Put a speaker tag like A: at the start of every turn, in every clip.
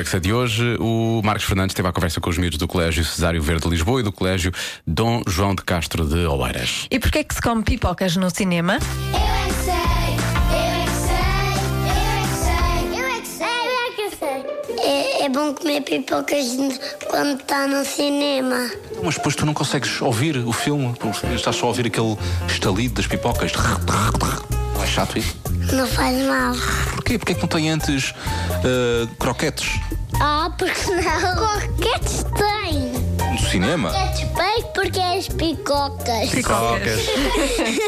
A: Exa de hoje, o Marcos Fernandes teve a conversa com os miúdos do Colégio Cesário Verde de Lisboa e do Colégio Dom João de Castro de Oeiras.
B: E porquê é que se come pipocas no cinema?
C: Eu é que sei, eu é que sei, eu é que sei, eu é que sei, eu é que sei. É, é bom comer pipocas quando está no cinema.
D: Mas depois tu não consegues ouvir o filme, porque estás só a ouvir aquele estalido das pipocas. Não é chato isso?
C: Não faz mal.
D: Porquê? Porquê é que não tem antes ah, croquetes
C: Ah, porque é não. Croquetes tem.
D: no cinema?
C: Croquetes bem porque é as pipocas.
A: Pipocas.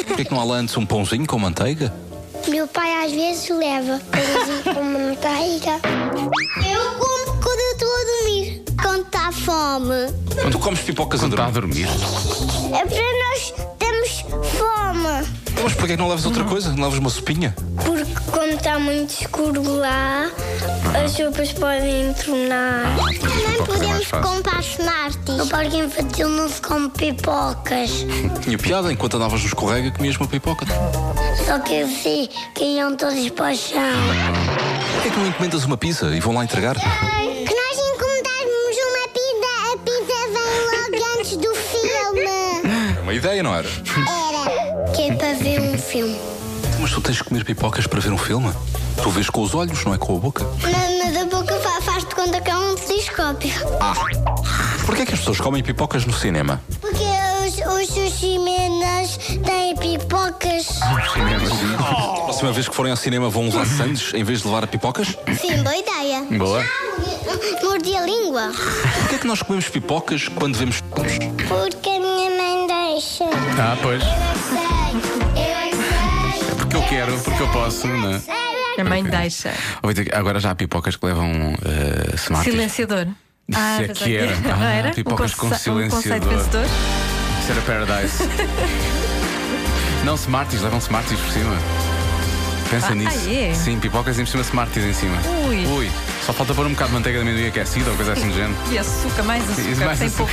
D: Porquê é que não há lá antes um pãozinho com manteiga?
C: Meu pai às vezes leva pãozinho com manteiga. Eu como quando eu estou a dormir. Quando está fome.
D: Então Tu comes pipocas a
A: Está a
D: dormir.
A: dormir.
C: É para nós temos fome.
D: Mas porquê é que não levas outra coisa? Não levas uma sopinha?
C: Porque quando está muito escuro lá, as sopas podem entornar.
A: pipocas é
C: Também
A: mais
C: podemos
A: fácil.
C: comprar snarties. No parque infantil não se come pipocas.
D: Tinha piada, enquanto andavas no escorrega comias uma pipoca.
C: Só que assim caíam todos para o chão.
D: Porquê é que não encomendas uma pizza e vão lá entregar?
C: Que nós encomendarmos uma pizza, a pizza vem logo antes do filme.
D: É uma ideia, não era?
C: Era. Que é para ver um filme.
D: Mas tu tens que comer pipocas para ver um filme? Tu vês com os olhos, não é com a boca?
C: Mas a boca faz de conta que é um telescópio.
D: Porquê é que as pessoas comem pipocas no cinema?
C: Porque os, os sushi-menas têm pipocas.
D: A próxima vez que forem ao cinema vão levar sandes em vez de levar pipocas?
C: Sim, boa ideia.
A: Boa.
C: Mordi a língua.
D: Porquê é que nós comemos pipocas quando vemos filmes?
C: Porque a minha mãe deixa.
A: Ah, pois.
C: Eu é que sei.
A: Porque eu quero, porque eu posso, não é?
B: A mãe deixa.
A: Ouvi dizer que Agora já há pipocas que levam uh, smarties.
B: Silenciador.
A: Se é
B: pois
A: que era.
B: Não
A: Ah,
B: era?
A: pipocas
B: um
A: com
B: conce- Um conceito
A: silenciador.
B: vencedor.
A: Isso era Paradise. não, Smarties, levam Smarties por cima. Pensa
B: Ah,
A: nisso.
B: ah, é?
A: Sim, pipocas e por cima Smarties em cima.
B: Ui.
A: Só falta pôr um bocado de manteiga de amendoim aquecida ou coisa assim do género.
B: E açúcar, mais
A: Isso
B: açúcar,
A: mais
B: sem
A: açúcar.
B: pouco.